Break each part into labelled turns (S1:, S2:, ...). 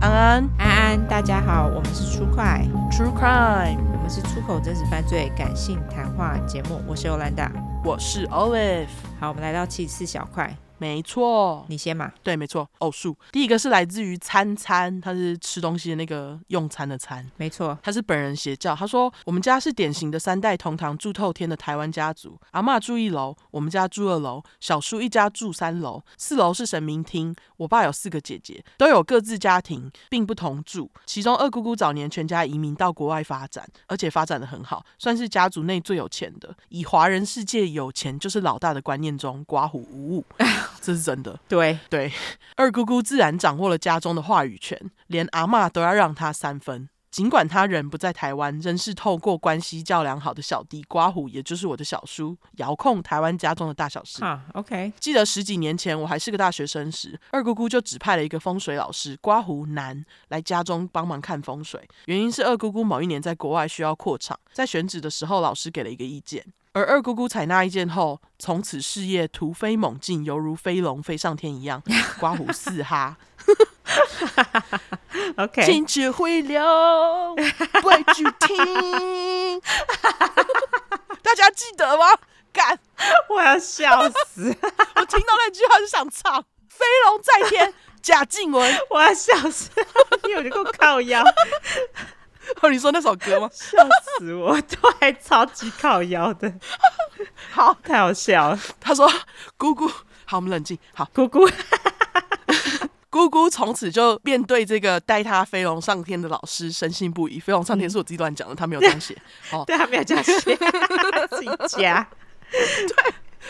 S1: 安
S2: 安安，大家好，我们是出快，
S1: True Crime，
S2: 我们是出口真实犯罪感性谈话节目，我是欧兰达。
S1: 我是 Olive，
S2: 好，我们来到七十四小块，
S1: 没错，
S2: 你先嘛。
S1: 对，没错，偶数。第一个是来自于餐餐，他是吃东西的那个用餐的餐。
S2: 没错，
S1: 他是本人邪教，他说我们家是典型的三代同堂住透天的台湾家族，阿嬷住一楼，我们家住二楼，小叔一家住三楼，四楼是神明厅，我爸有四个姐姐，都有各自家庭，并不同住。其中二姑姑早年全家移民到国外发展，而且发展的很好，算是家族内最有钱的。以华人世界有钱就是老大的观念中，刮胡无误， 这是真的。
S2: 对，
S1: 对，二姑姑自然掌握了家中的话语权，连阿嬷都要让她三分。尽管他人不在台湾，仍是透过关系较良好的小弟刮胡，也就是我的小叔，遥控台湾家中的大小事。
S2: 好，OK，
S1: 记得十几年前我还是个大学生时，二姑姑就指派了一个风水老师刮胡男来家中帮忙看风水。原因是二姑姑某一年在国外需要扩厂，在选址的时候，老师给了一个意见。而二姑姑采纳意见后，从此事业突飞猛进，犹如飞龙飞上天一样。刮胡四哈，
S2: ，OK，
S1: 禁止回流，不会去听。 大家记得吗？干，
S2: 我要笑死，
S1: 我听到那句话就想唱《飞龙在天》，贾静雯。
S2: 我要笑死，因为我就够靠腰，
S1: 哦，你说那首歌吗？
S2: 笑死我，对，超级靠腰的，
S1: 好，
S2: 太好笑了，
S1: 他说 姑姑，好，我们冷静。好，
S2: 姑姑，
S1: 姑姑从此就面对这个带她飞龙上天的老师深信不疑。飞龙上天是我自己乱讲的，他没有这样写。哦，
S2: 对，他没有这样写，自己加，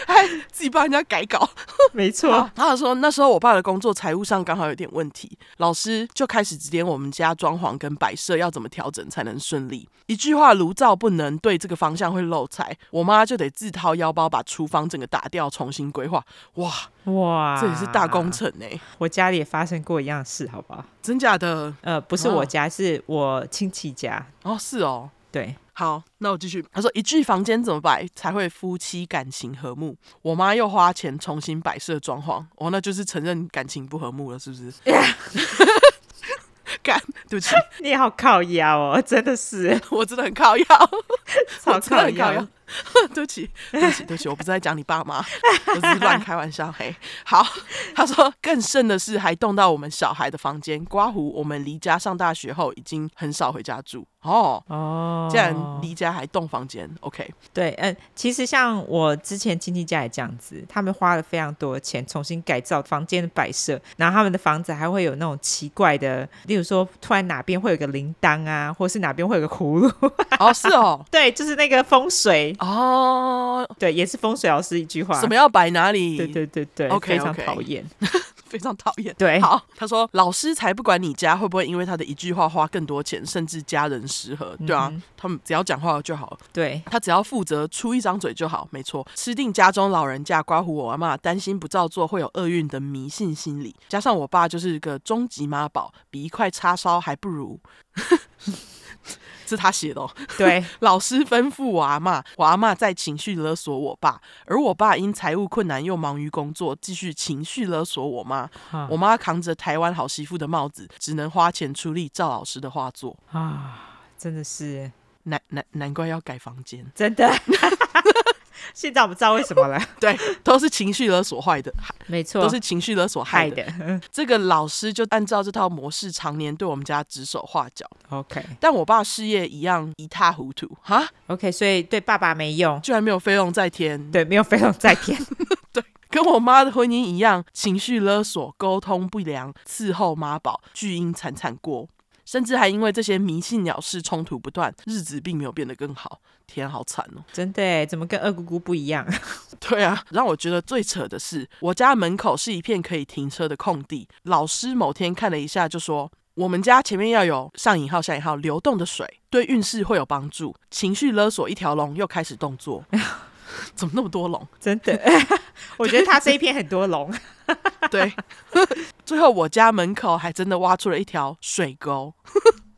S1: 还自己帮人家改稿。
S2: 没错，
S1: 他说那时候我爸的工作财务上刚好有点问题，老师就开始指点我们家装潢跟摆设要怎么调整才能顺利。一句话炉灶不能对这个方向会漏财，我妈就得自掏腰包把厨房整个打掉，重新规划。哇，
S2: 哇，
S1: 这也是大工程哎、
S2: 我家里也发生过一样的事，好不好？
S1: 真假的？
S2: 呃，不是
S1: 哦
S2: 我家，是我亲戚家。
S1: 哦，是哦。
S2: 对，
S1: 好，那我继续。他说，一句房间怎么摆才会夫妻感情和睦？我妈又花钱重新摆设装潢，哦，那就是承认感情不和睦了，是不是？ 干，对不起，
S2: 你也好靠腰哦， 真的是
S1: 我真的很靠腰，
S2: 超
S1: 我真的
S2: 靠
S1: 很靠
S2: 腰
S1: 腰。。 对不起，对不起，对不起，我不是在讲你爸妈，我只是乱开玩笑。嘿，好，他说更甚的是还动到我们小孩的房间。刮胡，我们离家上大学后已经很少回家住哦，
S2: 哦，
S1: 竟然离家还动房间，OK。
S2: 对，嗯、其实像我之前亲戚家也这样子，他们花了非常多的钱重新改造房间的摆设，然后他们的房子还会有那种奇怪的，例如说突然哪边会有个铃铛啊，或是哪边会有个葫芦，
S1: 哦，是哦，
S2: 对，就是那个风水，
S1: 哦，
S2: 对，也是风水老师一句话
S1: 什，么要摆哪里，
S2: 对对对对
S1: OK，
S2: 非常
S1: OK
S2: 讨厌，
S1: 非常讨厌。
S2: 对，
S1: 好，他说老师才不管你家会不会因为他的一句话花更多钱，甚至家人失和，对啊，
S2: 嗯哼
S1: 他们只要讲话就好了，
S2: 对，
S1: 他只要负责出一张嘴就好，没错。吃定家中老人家刮胡我阿妈担心不照做会有厄运的迷信心理，加上我爸就是个终极妈宝，比一块叉烧还不如。 是他写的、哦，
S2: 对，
S1: 老师吩咐我阿嬷，我阿嬷在情绪勒索我爸，而我爸因财务困难又忙于工作，继续情绪勒索我妈。
S2: 啊
S1: 我妈扛着台湾好媳妇的帽子，只能花钱出力照老师的画作。
S2: 啊，真的是
S1: 难难难怪要改房间，
S2: 真的。 现在我们知道为什么了，
S1: 对，都是情绪勒索坏的，
S2: 没错
S1: 都是情绪勒索啊害
S2: 害
S1: 的。
S2: 的。
S1: 这个老师就按照这套模式，常年对我们家指手画脚。
S2: OK
S1: 但我爸事业一样一塌糊涂，哈，
S2: OK，所以对爸爸没用，
S1: 居然没有飞龙在天。
S2: 对没有飞龙在天。
S1: 跟我妈的婚姻一样，情绪勒索、沟通不良、伺候妈宝、巨婴惨惨过，甚至还因为这些迷信鸟事冲突不断，日子并没有变得更好。天，好惨哦！
S2: 真的耶，怎么跟二姑姑不一样？
S1: 对啊，让我觉得最扯的是，我家门口是一片可以停车的空地，老师某天看了一下就说。我们家前面要有上引号下引号流动的水，对运势会有帮助。情绪勒索一条龙又开始动作， 怎么那么多龙？
S2: 真的， 我觉得他这一篇很多龙。
S1: 对，最后我家门口还真的挖出了一条水沟。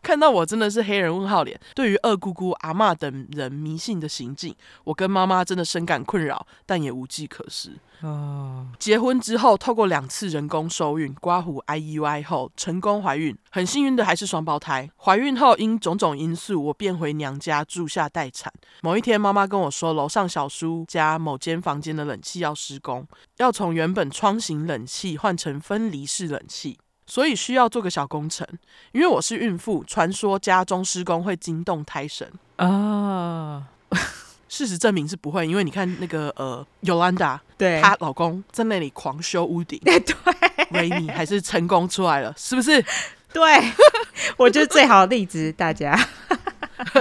S1: 看到我真的是黑人问号脸。对于二姑姑、阿嬷等人迷信的行径，我跟妈妈真的深感困扰，但也无计可施。
S2: 哦，
S1: 结婚之后，透过两次人工受孕、刮胡 IUI 后成功怀孕，很幸运的还是双胞胎。怀孕后因种种因素，我便回娘家住下待产。某一天，妈妈跟我说，楼上小叔家某间房间的冷气要施工，要从原本窗型冷气换成分离式冷气。所以需要做个小工程，因为我是孕妇，传说家中施工会惊动胎神，
S2: 哦，
S1: 事实证明是不会，因为你看那个呃尤兰达，
S2: 对，，
S1: 她老公在那里狂修屋顶
S2: 对
S1: 维尼还是成功出来了，是 不是？
S2: 对，我就是最好的例子，大家。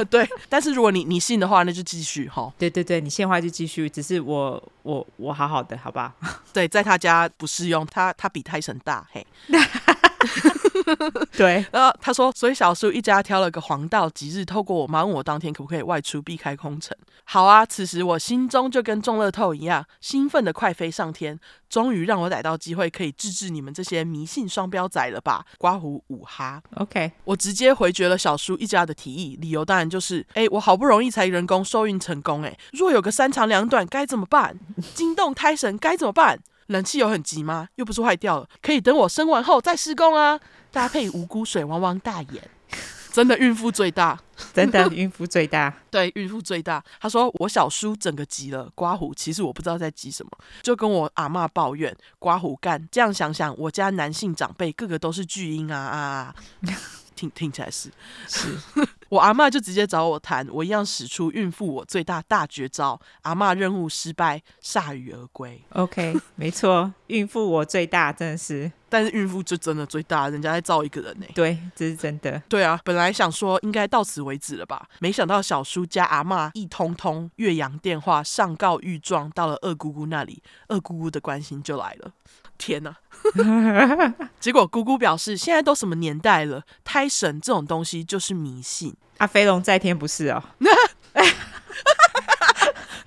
S1: 对。但是如果你你信的话，那就继续哈。
S2: 对对对，你现话就继续，只是我我我好好的，好吧？
S1: 对，在他家不适用，他他比泰神大嘿。
S2: 对，
S1: 然后他说，所以小叔一家挑了个黄道吉日，透过我妈问我当天可不可以外出避开空城。好啊，此时我心中就跟中乐透一样，兴奋的快飞上天，终于让我逮到机会可以治治你们这些迷信双标仔了吧？刮胡五哈。
S2: OK，
S1: 我直接回绝了小叔一家的提议，理由当然就是，哎、我好不容易才人工受孕成功、哎，若有个三长两短该怎么办？惊动胎神该怎么办？冷气有很急吗？又不是坏掉了，可以等我生完后再施工啊。搭配无辜水汪汪大眼，真的孕妇最大。
S2: 真的孕妇最大，
S1: 对，孕妇最大。他说我小叔整个急了，刮胡。其实我不知道在急什么，就跟我阿嬷抱怨刮胡干。这样想想，我家男性长辈个个都是巨婴啊啊啊！听听起来是
S2: 是
S1: 我阿嬷就直接找我谈，我一样使出孕妇我最大大绝招，阿嬷任务失败，铩羽而归。
S2: OK，没错，孕妇我最大，真的是
S1: 但是孕妇就真的最大，人家在造一个人呢、
S2: 对，这是真的。
S1: 对啊，本来想说应该到此为止了吧，没想到小叔加阿嬷一通通岳阳电话上告御状到了二姑姑那里，二姑姑的关心就来了。天呐、 结果姑姑表示，现在都什么年代了，胎神这种东西就是迷信。
S2: 啊，飞龙在天不是哦？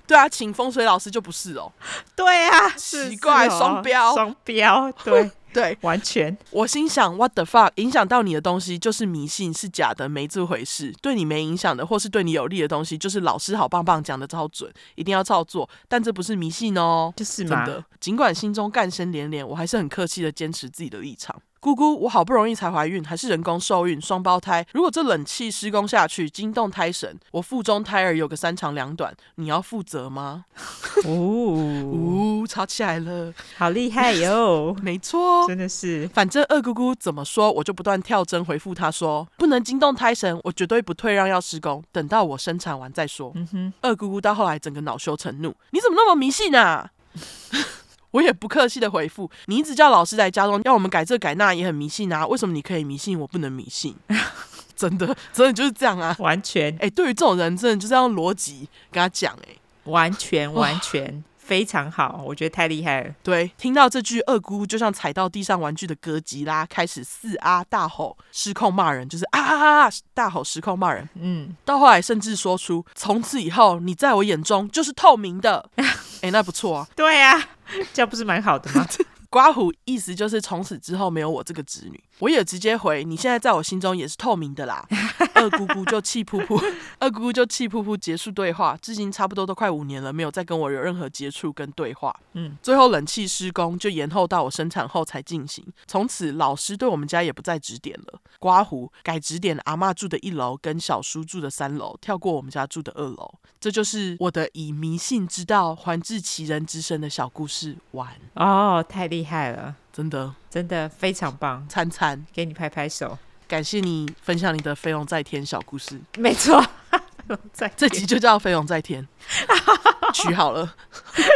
S1: 对啊，请风水老师就不是哦。
S2: 对啊，
S1: 奇怪双标
S2: 双标， 对，
S1: 对，
S2: 完全
S1: 我心想，what the fuck，影响到你的东西就是迷信，是假的，没这回事。对你没影响的，或是对你有利的东西，就是老师好棒棒讲的超准，一定要照做。但这不是迷信哦，
S2: 就是
S1: 真
S2: 嘛，
S1: 的。尽管心中干声连连，我还是很客气的坚持自己的立场。姑姑，我好不容易才怀孕，还是人工受孕，双胞胎。如果这冷气施工下去，惊动胎神，我腹中胎儿有个三长两短，你要负责吗？
S2: 哦，
S1: 呜、吵起来了，
S2: 好厉害
S1: ，
S2: 哟
S1: 没错，
S2: 真的是
S1: 反正二姑姑怎么说，我就不断跳针回复她说，不能惊动胎神，我绝对不退让要施工，等到我生产完再说。二姑姑到后来整个恼羞成怒，你怎么那么迷信啊？我也不客气的回复，你一直叫老师来家中，要我们改这改那，也很迷信啊。为什么你可以迷信，我不能迷信？真的，真的就是这样啊。
S2: 完全
S1: 哎、对于这种人，真的就是要用逻辑跟他讲、哎，
S2: 完全完全非常好，我觉得太厉害了。
S1: 对，听到这句，二姑就像踩到地上玩具的哥吉拉，开始四啊大吼，失控骂人，就是啊啊啊啊大吼失控骂人，
S2: 嗯，
S1: 到后来甚至说出“从此以后，你在我眼中就是透明的” 。 哎，那不错啊。
S2: 对啊， 这样不是蛮好 的吗？
S1: 刮胡意思就是从此之后没有我这个侄女，我也直接回你现在在我心中也是透明的啦。二姑姑就气噗 噗，二姑姑就气噗噗结束对话，至今差不多都快五年了，没有再跟我有任何接触跟对话。
S2: 嗯，
S1: 最后冷气施工就延后到我生产后才进行，从此老师对我们家也不再指点了。刮胡改指点阿嬷住的一楼跟小叔住的三楼，跳过我们家住的二楼。这就是我的以迷信之道还治其人之身的小故事完，
S2: 哦，太厉害了，
S1: 真的。
S2: 真的非常棒，
S1: 餐餐，
S2: 给你拍拍手。
S1: 感谢你分享你的飞龙在天小故事，
S2: 没 错，再
S1: 这集就叫飞龙 在天，取好了，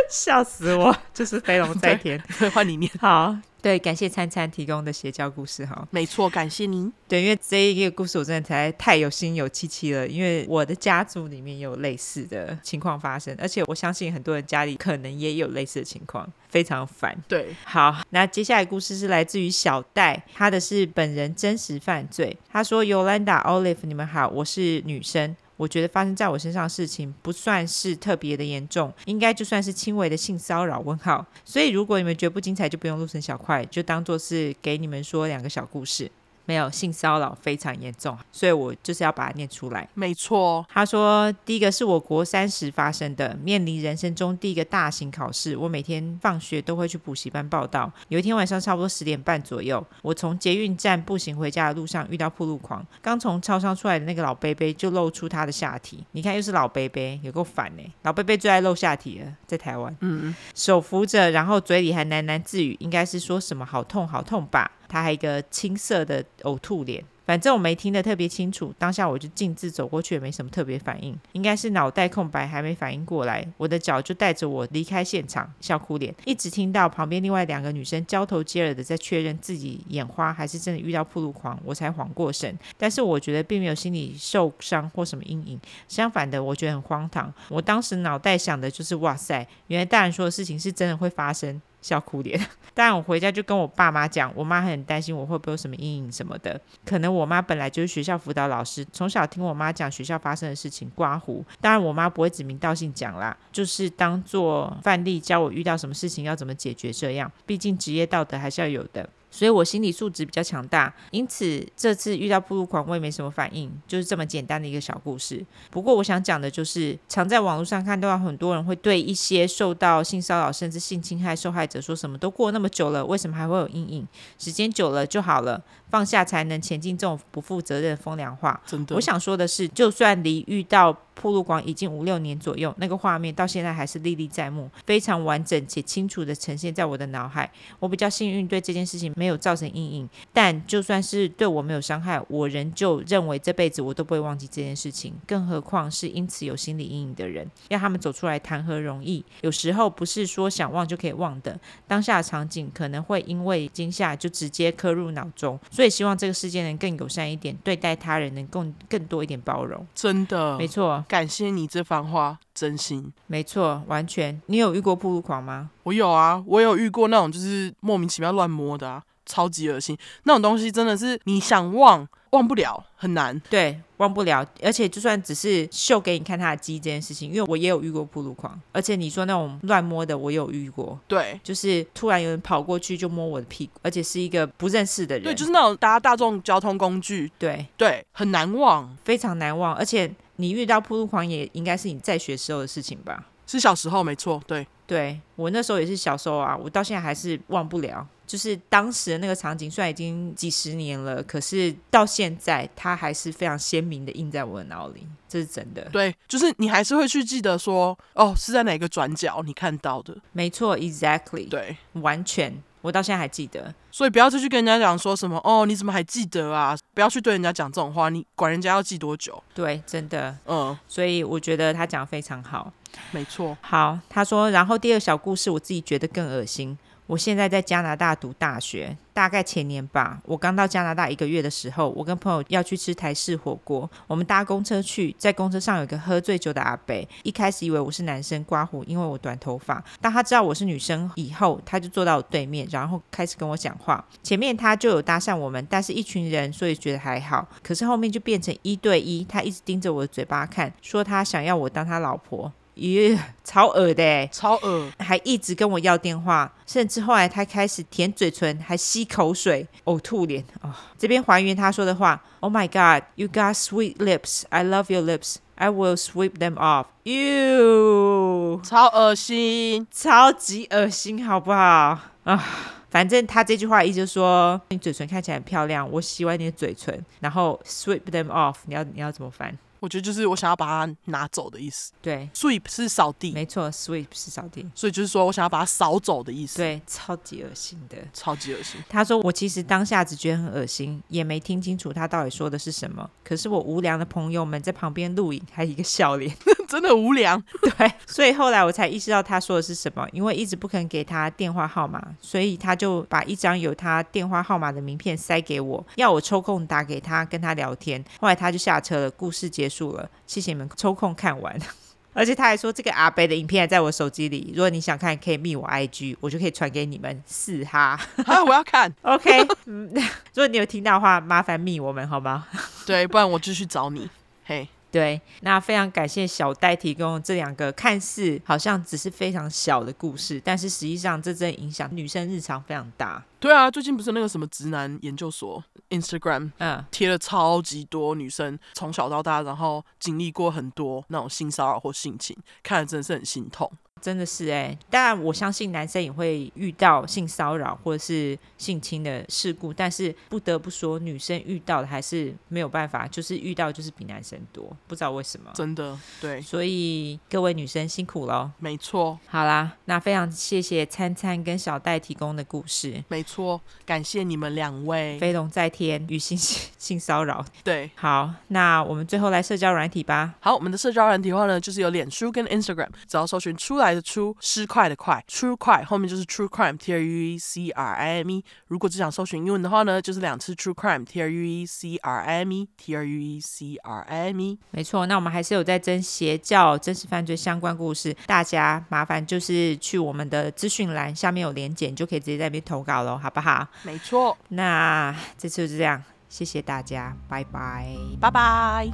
S2: 笑死我，就是飞龙在天。
S1: 换你念。
S2: 好，对，感谢餐餐提供的邪教故事哈。
S1: 没错，感谢您。
S2: 对，因为这一个故事我真的才太有心有戚戚了，因为我的家族里面也有类似的情况发生，而且我相信很多人家里可能也有类似的情况，非常烦。
S1: 对，
S2: 好，那接下来故事是来自于小戴，他的是本人真实犯罪。他说：“Yolanda Olive，你们好，我是女生。”我觉得发生在我身上的事情不算是特别的严重，应该就算是轻微的性骚扰。问号。所以如果你们觉得不精彩，就不用录成小块，就当做是给你们说两个小故事。没有性骚扰非常严重，所以我就是要把它念出来。
S1: 没错，
S2: 他说：“第一个是我国三时发生的，面临人生中第一个大型考试。我每天放学都会去补习班报到。有一天晚上差不多十点半左右，我从捷运站步行回家的路上遇到铺路狂，刚从超商出来的那个老贝贝就露出他的下体。你看，又是老贝贝，有够烦呢、老贝贝最爱露下体了，在台湾。
S1: 嗯，
S2: 手扶着，然后嘴里还喃喃自语，应该是说什么“好痛，好痛吧”。他还有一个青色的呕吐脸，反正我没听得特别清楚。当下我就径自走过去，也没什么特别反应，应该是脑袋空白，还没反应过来。我的脚就带着我离开现场，笑哭脸，一直听到旁边另外两个女生交头接耳的在确认自己眼花还是真的遇到铺路狂，我才缓过神。但是我觉得并没有心理受伤或什么阴影，相反的，我觉得很荒唐。我当时脑袋想的就是，哇塞，原来大人说的事情是真的会发生，笑哭脸。 当然，我回家就跟我爸妈讲，我妈很担心我会不会有什么阴影什么的。可能我妈本来就是学校辅导老师，从小听我妈讲学校发生的事情，刮胡。当然，我妈不会指名道姓讲啦，就是当做范例教我遇到什么事情要怎么解决这样。毕竟职业道德还是要有的。所以我心理素质比较强大，因此这次遇到铺路狂我也没什么反应，就是这么简单的一个小故事。不过我想讲的就是，常在网络上看到很多人会对一些受到性骚扰甚至性侵害受害者说什么都过那么久了，为什么还会有阴影？时间久了就好了，放下才能前进这种不负责任的风凉话。
S1: 真的
S2: 我，想说的是，就算离遇到铺路光已经五六年左右，那个画面到现在还是历历在目，非常完整且清楚的呈现在我的脑海。我比较幸运，对这件事情没有造成阴影，但就算是对我没有伤害，我仍旧认为这辈子我都不会忘记这件事情，更何况是因此有心理阴影的人，让他们走出来谈何容易？有时候不是说想忘就可以忘的，当下的场景可能会因为惊吓就直接刻入脑中，所以希望这个世界能更友善一点，对待他人能更更多一点包容。
S1: 真的
S2: 没，错，
S1: 感谢你这番话，真心。
S2: 没错，完全。你有遇过铺路狂吗？
S1: 我有啊，我有遇过那种就是莫名其妙乱摸的啊，超级恶心。那种东西真的是你想忘忘不了，很难。
S2: 对，忘不了。而且就算只是秀给你看他的鸡这件事情，因为我也有遇过铺路狂，而且你说那种乱摸的，我也有遇过。
S1: 对
S2: 就是突然有人跑过去就摸我的屁股，而且是一个不认识的人，
S1: 对，就是那种搭大众交通工具，
S2: 对，
S1: 对，很难忘。
S2: 非常难忘。而且你遇到铺路狂也应该是你在学时候的事情吧？
S1: 是小时候没错，对，
S2: 对我那时候也是小时候啊，我到现在还是忘不了。就是当时的那个场景，虽然已经几十年了，可是到现在它还是非常鲜明的印在我的脑里，这是真的。
S1: 对，就是你还是会去记得说，哦，是在哪个转角你看到的，
S2: 没错，exactly，
S1: 对。
S2: 完全，我到现在还记得。
S1: 所以不要再去跟人家讲说什么哦，你怎么还记得啊？不要去对人家讲这种话，你管人家要记多久？
S2: 对，真的，
S1: 嗯，
S2: 所以我觉得他讲得非常好。
S1: 没错，
S2: 好，他说，然后第二个小故事，我自己觉得更恶心。我现在在加拿大读大学，大概前年吧，我刚到加拿大一个月的时候，我跟朋友要去吃台式火锅，我们搭公车去，在公车上有一个喝醉酒的阿北，一开始以为我是男生刮胡，因为我短头发，当他知道我是女生以后，他就坐到我对面，然后开始跟我讲话。前面他就有搭讪我们，但是一群人，所以觉得还好。可是后面就变成一对一，他一直盯着我的嘴巴看，说他想要我当他老婆。咦，超恶的欸！
S1: 超恶，
S2: 还一直跟我要电话，甚至后来他开始舔嘴唇，还吸口水，呕吐脸哦。这边还原他说的话：“Oh my God, you got sweet lips. I love your lips. I will sweep them off. You
S1: 超恶心，
S2: 超级恶心，好不好啊？”反正他这句话意思就是说，你嘴唇看起来很漂亮，我喜欢你的嘴唇，然后 sweep them off，你要你要怎么翻？
S1: 我觉得就是我想要把它拿走的意思。
S2: 对，
S1: sweep 是扫地，
S2: 没错，sweep 是扫地，
S1: 所以就是说我想要把它扫走的意思。，
S2: 对，超级恶心的。
S1: 超级恶心，
S2: 他说：“我其实当下只觉得很恶心，也没听清楚他到底说的是什么。可是我无良的朋友们在旁边录影，还一个笑脸。
S1: 真的无良。
S2: 对，所以后来我才意识到他说的是什么，因为一直不肯给他电话号码，所以他就把一张有他电话号码的名片塞给我，要我抽空打给他，跟他聊天。后来他就下车了，故事结束了。谢谢你们抽空看完。” 而且他还说，这个阿北的影片还在我手机里，如果你想看，可以密我 IG，我就可以传给你们，是哈。
S1: 啊，我要看，
S2: OK，嗯， 如果你有听到的话，麻烦密我们好吗？
S1: 对，不然我继续找你。嘿，
S2: 对，那非常感谢小戴提供这两个看似好像只是非常小的故事，但是实际上这真的影响女生日常非常大。
S1: 对啊，最近不是那个什么直男研究所 Instagram
S2: 嗯，
S1: 贴了超级多女生从小到大，然后经历过很多那种性骚扰或性侵，看了真的是很心痛。
S2: 真的是哎、当然我相信男生也会遇到性骚扰或者是性侵的事故，但是不得不说，女生遇到的还是没有办法，就是遇到就是比男生多，不知道为什么。
S1: 真的，对，
S2: 所以各位女生辛苦喽。
S1: 没错，
S2: 好啦，那非常谢谢餐餐跟小戴提供的故事。
S1: 没错，感谢你们两位。
S2: 飞龙在天与性性骚扰。
S1: 对，
S2: 好，那我们最后来社交软体吧。
S1: 好，我们的社交软体的话呢，就是有脸书跟 Instagram，只要搜寻“出来的出”，失快的快，True 快后面就是 True Crime，T R U E C R I M E。如果只想搜寻英文的话呢，就是两次 True Crime，T R U E C R I M E，T R U E C R I M E。
S2: 没错，那我们还是有在征邪教、真实犯罪相关故事，大家麻烦就是去我们的资讯栏下面有连结，你就可以直接在那边投稿喽，好不好？
S1: 没错，
S2: 那这次就这样，谢谢大家，拜拜。
S1: 拜拜。